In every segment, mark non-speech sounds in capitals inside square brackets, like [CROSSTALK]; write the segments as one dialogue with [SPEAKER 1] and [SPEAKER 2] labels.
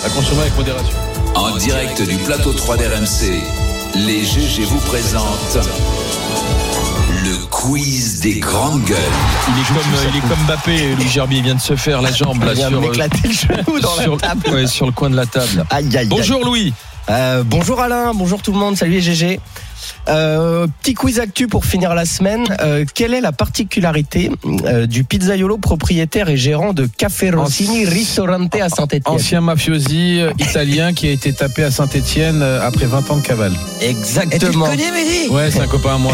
[SPEAKER 1] À consommer avec modération.
[SPEAKER 2] En direct du plateau 3 d'RMC, les GG vous présentent le quiz des grandes gueules.
[SPEAKER 3] Il est, comme, il est comme Mbappé, Louis Gerbier il vient de se faire la jambe là,
[SPEAKER 4] Il vient de
[SPEAKER 5] euh.
[SPEAKER 3] sur,
[SPEAKER 4] m'éclater le genou dans la
[SPEAKER 3] sur-
[SPEAKER 4] table.
[SPEAKER 3] ouais, sur le coin de la table.
[SPEAKER 4] Aïe, aïe, aïe.
[SPEAKER 3] Bonjour Louis.
[SPEAKER 4] Euh, bonjour Alain, bonjour tout le monde, salut les GG. Euh, petit quiz actu pour finir la semaine. Euh, quelle est la particularité euh, du pizzaiolo propriétaire et gérant de Café Rossini Ristorante à Saint-Etienne
[SPEAKER 5] Ancien mafiosi euh, italien qui a été tapé à Saint-Etienne après 20 ans de cavale.
[SPEAKER 4] Exactement.
[SPEAKER 5] Ouais, c'est un copain à
[SPEAKER 4] [LAUGHS]
[SPEAKER 5] moi.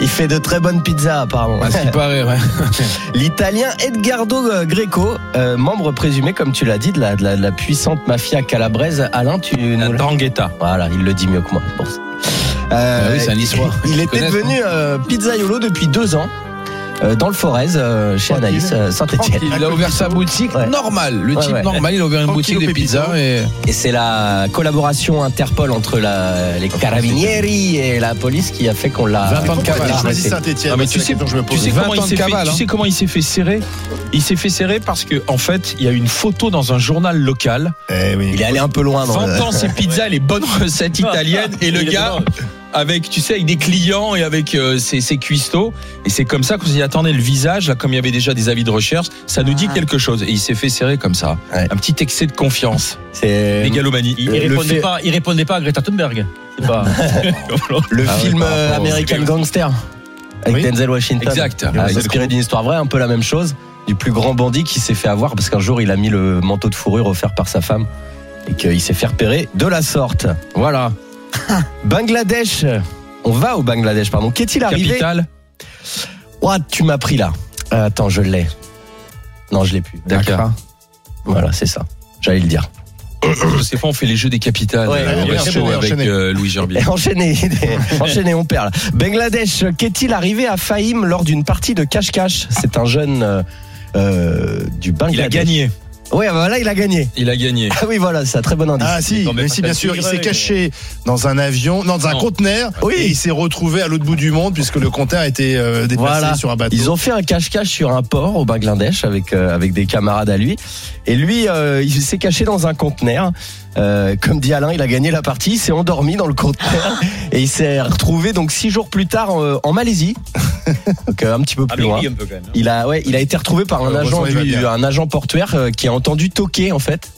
[SPEAKER 4] Il fait de très bonnes pizzas apparemment.
[SPEAKER 5] À Bah, ce
[SPEAKER 4] [LAUGHS]
[SPEAKER 5] qui paraît, ouais.
[SPEAKER 4] L'Italien Edgardo euh, Greco, euh, membre présumé comme tu l'as dit de la, de la- de la puissante mafia calabraise. Alain, tu nous l'as-
[SPEAKER 3] Drangheta.
[SPEAKER 4] Voilà, il le dit mieux que moi, je pense. Euh,
[SPEAKER 5] Ah oui, c'est un niçois.
[SPEAKER 4] Il était
[SPEAKER 5] connaissent,
[SPEAKER 4] devenu euh, pizzaiolo depuis deux ans euh, dans le Forez, euh, chez
[SPEAKER 5] Tranquille.
[SPEAKER 4] Anaïs, euh, Saint-Etienne.
[SPEAKER 5] Tranquille, il a ouvert sa boutique
[SPEAKER 4] Ouais.
[SPEAKER 5] normale. Le
[SPEAKER 4] Ouais,
[SPEAKER 5] type
[SPEAKER 4] ouais.
[SPEAKER 5] normal, il a ouvert une
[SPEAKER 3] Tranquille
[SPEAKER 5] boutique de
[SPEAKER 3] au Pépito.
[SPEAKER 5] pizza et. euh,
[SPEAKER 4] Et c'est la collaboration Interpol entre la, les carabinieri et la police qui a fait qu'on l'a.
[SPEAKER 5] 20
[SPEAKER 6] Ah,
[SPEAKER 5] ans de
[SPEAKER 4] qu'on l'a
[SPEAKER 5] cavale.
[SPEAKER 6] J'ai choisi
[SPEAKER 4] arrêté.
[SPEAKER 6] Saint-Etienne.
[SPEAKER 3] Ah, mais tu sais-
[SPEAKER 6] je me
[SPEAKER 3] Tu
[SPEAKER 6] pose.
[SPEAKER 3] sais,
[SPEAKER 5] 20
[SPEAKER 3] comment il
[SPEAKER 5] ans de
[SPEAKER 3] s'est fait,
[SPEAKER 5] cavale,
[SPEAKER 3] tu
[SPEAKER 5] hein.
[SPEAKER 3] sais comment il s'est fait serrer Il s'est fait serrer parce que en fait, il y a une photo dans un journal local
[SPEAKER 6] Eh oui.
[SPEAKER 4] Il est allé un peu loin dans le-
[SPEAKER 3] vantant ses pizzas, les bonnes recettes italiennes et le gars avec tu sais avec des clients et avec euh, ses, ses cuistots et c'est comme ça qu'on s'est dit attendez le visage là comme il y avait déjà des avis de recherche ça nous dit quelque chose et il s'est fait serrer comme ça
[SPEAKER 4] Ouais.
[SPEAKER 3] un petit excès de confiance
[SPEAKER 4] C'est
[SPEAKER 3] mégalomanie
[SPEAKER 7] Il,
[SPEAKER 4] Le- le
[SPEAKER 7] répondait
[SPEAKER 4] fait-
[SPEAKER 7] pas, il répondait pas à Greta Thunberg. C'est pas.
[SPEAKER 4] le
[SPEAKER 3] Ah ouais,
[SPEAKER 4] film
[SPEAKER 3] par rapport
[SPEAKER 4] euh,
[SPEAKER 3] au-
[SPEAKER 4] American Gangster avec
[SPEAKER 6] Oui.
[SPEAKER 4] Denzel Washington.
[SPEAKER 3] exact
[SPEAKER 4] Ah, inspiré d'une histoire vraie, un peu la même chose, du plus grand bandit qui s'est fait avoir parce qu'un jour il a mis le manteau de fourrure offert par sa femme et qu'il s'est fait repérer de la sorte.
[SPEAKER 3] [LAUGHS]
[SPEAKER 4] Voilà. Bangladesh. On va au Bangladesh, pardon. Qu'est-il arrivé
[SPEAKER 3] capital
[SPEAKER 4] Ouah, tu m'as pris là. Euh, attends, je l'ai. Non, je l'ai plus.
[SPEAKER 3] D'accord.
[SPEAKER 4] Voilà, c'est ça. J'allais le dire.
[SPEAKER 3] je sais pas on fait les jeux des capitales
[SPEAKER 4] Ouais,
[SPEAKER 3] euh, on
[SPEAKER 6] ouais,
[SPEAKER 3] va
[SPEAKER 6] ouais,
[SPEAKER 3] chaud
[SPEAKER 6] ouais,
[SPEAKER 3] avec
[SPEAKER 6] enchaîner.
[SPEAKER 3] euh,
[SPEAKER 4] [LAUGHS]
[SPEAKER 3] Louis Gerbier
[SPEAKER 4] Et enchaînez, enchaînez, on perd. là. Bangladesh, qu'est-il arrivé à Fahim lors d'une partie de cache-cache C'est un jeune euh, euh, du Bangladesh.
[SPEAKER 3] il a gagné
[SPEAKER 4] Ouais, voilà, il a gagné.
[SPEAKER 3] il a gagné
[SPEAKER 4] Ah oui, voilà, c'est un très bon indice.
[SPEAKER 6] Ah si,
[SPEAKER 3] quand même
[SPEAKER 6] mais si
[SPEAKER 3] pas
[SPEAKER 6] bien sûr, il s'est caché dans un avion, non, dans un
[SPEAKER 3] Non.
[SPEAKER 6] conteneur,
[SPEAKER 4] Oui.
[SPEAKER 6] et il s'est retrouvé à l'autre bout du monde puisque le conteneur était euh, déplacé
[SPEAKER 4] Voilà.
[SPEAKER 6] sur un bateau.
[SPEAKER 4] Ils ont fait un cache-cache sur un port au Bangladesh avec euh, avec des camarades à lui. Et lui, euh, il s'est caché dans un conteneur. Euh, comme dit Alain, il a gagné la partie, il s'est endormi dans le conteneur et il s'est retrouvé donc six jours plus tard euh, en Malaisie, [LAUGHS] donc euh, un petit
[SPEAKER 3] Ah,
[SPEAKER 4] peu plus loin.
[SPEAKER 7] un peu quand même.
[SPEAKER 4] Il a ouais, il a été retrouvé par un agent
[SPEAKER 6] Heureusement, il va
[SPEAKER 4] du-
[SPEAKER 6] bien.
[SPEAKER 4] un agent portuaire euh, qui a entendu toquer en fait.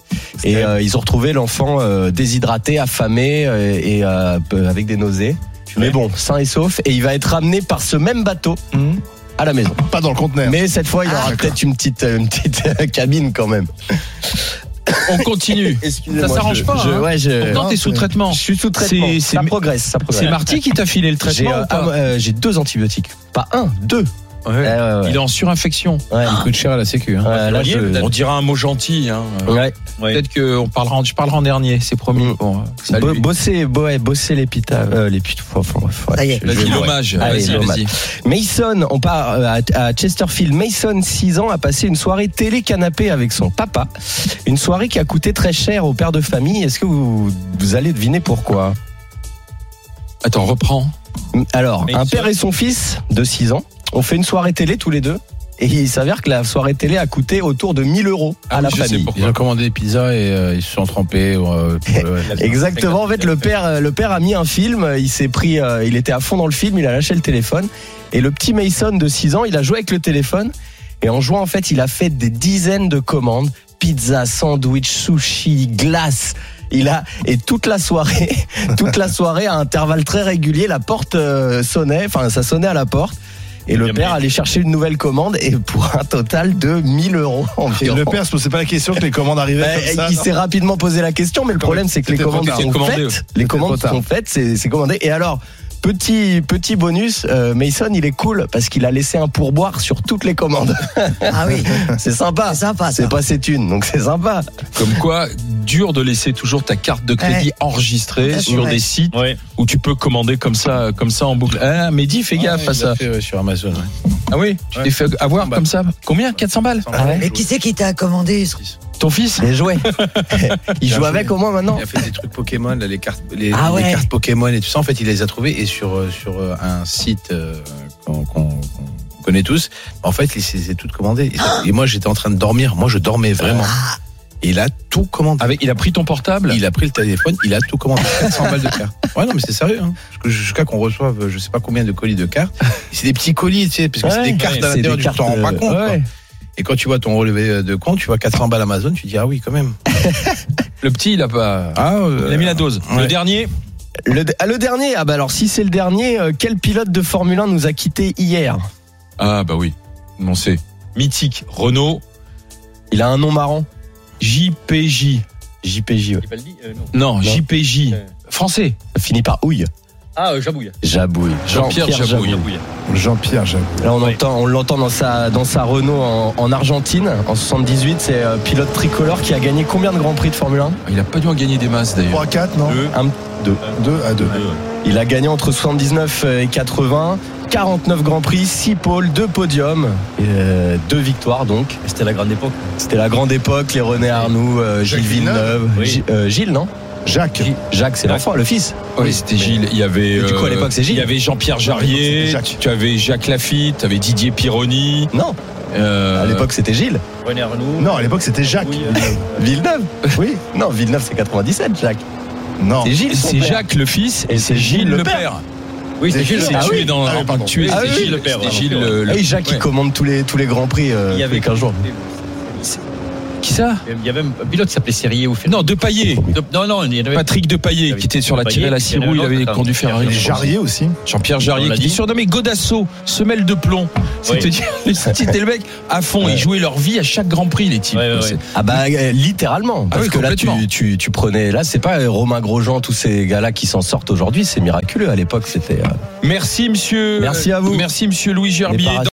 [SPEAKER 4] Et euh, ils ont retrouvé l'enfant euh, déshydraté, affamé euh, et euh, peu- avec des nausées. Mais bon, sain et sauf, et il va être ramené par ce même bateau à la maison.
[SPEAKER 6] Pas dans le conteneur.
[SPEAKER 4] Mais cette fois, il aura peut-être une petite, une petite euh, [LAUGHS] cabine quand même.
[SPEAKER 3] [COUGHS] on continue
[SPEAKER 4] [COUGHS] Excusez-moi.
[SPEAKER 3] Ça s'arrange
[SPEAKER 4] je-
[SPEAKER 3] pas,
[SPEAKER 4] je-
[SPEAKER 3] hein.
[SPEAKER 4] Ah, ouais, je,
[SPEAKER 3] pourtant t'es sous traitement
[SPEAKER 4] je suis sous traitement.
[SPEAKER 3] C'est- c'est-
[SPEAKER 4] Ça progresse, ça
[SPEAKER 3] c'est
[SPEAKER 4] progresse.
[SPEAKER 3] Marty qui t'a filé le
[SPEAKER 4] J'ai
[SPEAKER 3] traitement
[SPEAKER 4] euh,
[SPEAKER 3] ou pas
[SPEAKER 4] un- euh, j'ai deux antibiotiques. Pas un, deux. Euh,
[SPEAKER 3] Ouais.
[SPEAKER 4] Ouais, ouais, ouais.
[SPEAKER 3] il est en surinfection
[SPEAKER 4] Ouais.
[SPEAKER 5] Il coûte cher à la sécu. hein.
[SPEAKER 4] Ouais, là, je-
[SPEAKER 3] on dira un mot gentil hein. Euh,
[SPEAKER 4] Ouais.
[SPEAKER 3] Peut-être que on parlera, en- je parlerai en dernier, c'est promis.
[SPEAKER 4] Mm.
[SPEAKER 3] Bon, euh, salut.
[SPEAKER 4] Bo- bosser, bo- ouais, bosser l'épitaphe. Euh, l'épitaphe, enfin, bref, ouais,
[SPEAKER 8] Ça y est.
[SPEAKER 4] je- je-
[SPEAKER 3] Vas-y, Bah, l'hommage.
[SPEAKER 4] Allez,
[SPEAKER 3] Vas-y,
[SPEAKER 4] l'hommage.
[SPEAKER 3] vas-y.
[SPEAKER 4] Mason, on part euh, à, à Chesterfield. Mason, 6 ans, a passé une soirée télé-canapé avec son papa. Une soirée qui a coûté très cher au père de famille. Est-ce que vous, vous allez deviner pourquoi
[SPEAKER 3] Attends, reprends.
[SPEAKER 4] Alors,
[SPEAKER 7] Mais
[SPEAKER 4] un
[SPEAKER 7] il se-
[SPEAKER 4] père et son fils de 6 ans ont fait une soirée télé tous les deux. Et il s'avère que la soirée télé a coûté autour de 1000 euros à
[SPEAKER 3] Ah
[SPEAKER 4] la
[SPEAKER 3] oui, je sais
[SPEAKER 4] famille.
[SPEAKER 3] pourquoi.
[SPEAKER 5] Ils ont commandé des pizzas et euh, ils se sont trempés. euh, pour
[SPEAKER 4] [LAUGHS]
[SPEAKER 5] le- ouais.
[SPEAKER 4] Exactement. En fait, le père, euh, le père a mis un film. euh, Il s'est pris, euh, il était à fond dans le film. Il a lâché le téléphone. Et le petit Mason de 6 ans, il a joué avec le téléphone. Et en jouant, en fait, il a fait des dizaines de commandes pizza, sandwich, sushi, glace. Il a et toute la soirée, [LAUGHS] toute la soirée à intervalles très réguliers, la porte euh, sonnait. Enfin, ça sonnait à la porte. Et le père allait chercher une nouvelle commande et pour un total de 1000 euros
[SPEAKER 6] Et
[SPEAKER 4] environ.
[SPEAKER 6] le père se posait pas la question que les commandes arrivaient
[SPEAKER 4] Euh,
[SPEAKER 6] comme ça.
[SPEAKER 4] il
[SPEAKER 6] non
[SPEAKER 4] s'est rapidement posé la question, mais le problème c'est que les
[SPEAKER 6] c'était
[SPEAKER 4] commandes
[SPEAKER 3] trop tard.
[SPEAKER 4] sont
[SPEAKER 3] C'était commandé,
[SPEAKER 4] faites. Les
[SPEAKER 6] trop
[SPEAKER 4] commandes
[SPEAKER 6] tard.
[SPEAKER 4] sont faites, c'est c'est commandé. Et alors, petit petit bonus, euh, Mason il est cool parce qu'il a laissé un pourboire sur toutes les commandes.
[SPEAKER 8] Ah oui,
[SPEAKER 4] [LAUGHS] C'est sympa.
[SPEAKER 8] c'est sympa ça.
[SPEAKER 4] C'est pas ses thunes, donc c'est sympa.
[SPEAKER 3] Comme quoi, dur de laisser toujours ta carte de crédit enregistrée
[SPEAKER 8] Ouais,
[SPEAKER 3] sur
[SPEAKER 8] ouais.
[SPEAKER 3] des sites
[SPEAKER 7] Ouais.
[SPEAKER 3] où tu peux commander comme ça, comme ça en boucle. Ah, mais dis, fais
[SPEAKER 5] Ouais,
[SPEAKER 3] gaffe
[SPEAKER 5] il
[SPEAKER 3] à ça.
[SPEAKER 5] l'a fait, ouais, sur Amazon. ouais.
[SPEAKER 3] Ah oui, tu
[SPEAKER 5] Ouais.
[SPEAKER 3] t'es fait avoir
[SPEAKER 5] 400
[SPEAKER 3] comme ça. Combien 400 balles
[SPEAKER 8] Ah Mais qui c'est qui t'a commandé ce-
[SPEAKER 3] Ton fils
[SPEAKER 4] Les jouets. [LAUGHS] il joue avec au moins maintenant.
[SPEAKER 5] Il a fait des trucs Pokémon, là, les cartes, les,
[SPEAKER 8] Ah
[SPEAKER 5] les
[SPEAKER 8] ouais.
[SPEAKER 5] cartes Pokémon et tout ça. En fait, il les a trouvés et sur euh, sur euh, un site euh, qu'on qu'on- qu'on connaît tous. En fait, il s'est toutes commandées. Et moi, j'étais en train de dormir. Moi, je dormais vraiment. Et il a tout commandé.
[SPEAKER 3] Avec, il a pris ton portable
[SPEAKER 5] Il a pris le téléphone, il a tout commandé. [LAUGHS] 400 balles de cartes. Ouais, non, mais c'est sérieux. Hein. Jusqu- Jusqu'à qu'on reçoive, euh, je sais pas combien de colis de
[SPEAKER 4] [LAUGHS]
[SPEAKER 5] cartes. C'est des petits colis, tu sais, parce que
[SPEAKER 4] Ouais,
[SPEAKER 5] c'est des cartes
[SPEAKER 4] ouais,
[SPEAKER 5] à
[SPEAKER 4] c'est
[SPEAKER 5] l'intérieur
[SPEAKER 4] des
[SPEAKER 5] du temps.
[SPEAKER 4] cartes,
[SPEAKER 5] On pas compte. quoi.
[SPEAKER 4] euh, ouais.
[SPEAKER 5] Et quand tu vois ton relevé euh, de compte, tu vois 400 balles Amazon, tu dis ah oui, quand même.
[SPEAKER 3] Le petit, il a pas.
[SPEAKER 5] Ah,
[SPEAKER 4] euh,
[SPEAKER 3] Il a mis la dose. Le
[SPEAKER 5] ouais.
[SPEAKER 3] dernier,
[SPEAKER 4] Le, de- ah, le dernier, ah bah alors si c'est le dernier, euh, quel pilote de Formule 1 nous a quitté hier
[SPEAKER 3] ah bah oui, on sait. Mythique, Renault,
[SPEAKER 4] Il a un nom marrant.
[SPEAKER 3] JPJ.
[SPEAKER 4] JPJ, ouais.
[SPEAKER 7] Ibaldi, euh, non.
[SPEAKER 3] Non, JPJ.
[SPEAKER 7] Euh.
[SPEAKER 3] Français.
[SPEAKER 4] ça finit par houille.
[SPEAKER 7] Ah, euh, Jabouille.
[SPEAKER 4] Jabouille.
[SPEAKER 3] Jean-Pierre Jabouille.
[SPEAKER 6] Jean-Pierre, j'avoue.
[SPEAKER 4] Là, on entend- on l'entend dans sa, dans sa Renault en, en Argentine, en 78. C'est euh, pilote tricolore qui a gagné combien de grands prix de Formule 1
[SPEAKER 3] Ah, Il a pas dû en gagner des masses d'ailleurs.
[SPEAKER 6] 3, 4, non
[SPEAKER 7] Deux.
[SPEAKER 4] Un- deux.
[SPEAKER 6] 2 à 2.
[SPEAKER 4] Il a gagné entre 79 et 80, 49 grands prix, 6 pôles, 2 podiums, et, euh, 2 victoires donc.
[SPEAKER 7] C'était la grande époque.
[SPEAKER 4] C'était la grande époque, les René Arnoux, euh, Gilles
[SPEAKER 6] Jacques Villeneuve.
[SPEAKER 4] Villeneuve,
[SPEAKER 7] Oui.
[SPEAKER 4] Gi- euh, Gilles, non
[SPEAKER 6] Jacques.
[SPEAKER 4] Jacques, c'est l'enfant, le fils.
[SPEAKER 3] Oui, c'était Gilles. Il y avait.
[SPEAKER 4] Mais du coup, à
[SPEAKER 3] euh,
[SPEAKER 4] l'époque, c'est Gilles.
[SPEAKER 3] Il y avait Jean-Pierre Jarrier.
[SPEAKER 6] Jacques.
[SPEAKER 3] Tu avais Jacques Lafitte. Tu avais Didier Pironi.
[SPEAKER 4] Non,
[SPEAKER 3] euh,
[SPEAKER 4] à l'époque c'était Gilles.
[SPEAKER 7] René Arnoux.
[SPEAKER 6] Non, à l'époque, c'était Jacques.
[SPEAKER 7] Jabouille,
[SPEAKER 5] euh,
[SPEAKER 4] Villeneuve Oui. Non, Villeneuve c'est 97, Jacques.
[SPEAKER 6] Non.
[SPEAKER 4] C'est Gilles, son
[SPEAKER 3] C'est
[SPEAKER 4] père.
[SPEAKER 3] Jacques le fils et c'est Gilles le père.
[SPEAKER 7] Oui, c'est
[SPEAKER 6] C'est-
[SPEAKER 7] Gilles.
[SPEAKER 6] c'est-
[SPEAKER 7] Ah,
[SPEAKER 3] tué
[SPEAKER 7] oui.
[SPEAKER 3] dans
[SPEAKER 6] Ah oui, pardon.
[SPEAKER 3] tué,
[SPEAKER 4] Ah
[SPEAKER 3] c'était
[SPEAKER 4] oui,
[SPEAKER 3] Gilles le
[SPEAKER 7] le
[SPEAKER 3] père. hein.
[SPEAKER 7] père,
[SPEAKER 3] C'était
[SPEAKER 7] ouais.
[SPEAKER 3] Gilles le- le-
[SPEAKER 4] Et Jacques
[SPEAKER 3] ouais.
[SPEAKER 4] il commande tous les, tous les grands prix euh,
[SPEAKER 7] Il y avait
[SPEAKER 4] tous les 15 jours.
[SPEAKER 3] Qui ça
[SPEAKER 7] Il y avait un pilote qui s'appelait Serrier ou Ferrari.
[SPEAKER 3] Non, Depaillé.
[SPEAKER 7] De- Non, non, il y en avait
[SPEAKER 3] Patrick Depaillé qui était sur la
[SPEAKER 7] Depaillé,
[SPEAKER 3] tirée à la
[SPEAKER 7] qui était
[SPEAKER 3] scie roue, il
[SPEAKER 7] l'autre,
[SPEAKER 3] avait
[SPEAKER 7] attends,
[SPEAKER 3] conduit Ferrari.
[SPEAKER 7] Pierre
[SPEAKER 6] Jarrier aussi.
[SPEAKER 3] Jean-Pierre
[SPEAKER 7] On
[SPEAKER 3] Jarrier
[SPEAKER 7] l'a
[SPEAKER 3] qui
[SPEAKER 7] dit.
[SPEAKER 3] était surnommé Godasso, semelle de plomb. C'est-à-dire,
[SPEAKER 7] [LAUGHS]
[SPEAKER 3] les- c'était le mec à fond. Ils jouaient leur vie à chaque Grand Prix, les types.
[SPEAKER 7] Ouais, ouais, ouais.
[SPEAKER 4] Ah bah euh, littéralement parce
[SPEAKER 3] oui,
[SPEAKER 4] que là
[SPEAKER 3] complètement.
[SPEAKER 4] tu, tu, tu prenais là c'est pas euh, Romain Grosjean tous ces gars là qui s'en sortent aujourd'hui c'est miraculeux à l'époque c'était euh,
[SPEAKER 3] Merci, monsieur.
[SPEAKER 4] Merci à vous.
[SPEAKER 3] Merci, monsieur Louis Gerbier.
[SPEAKER 4] Les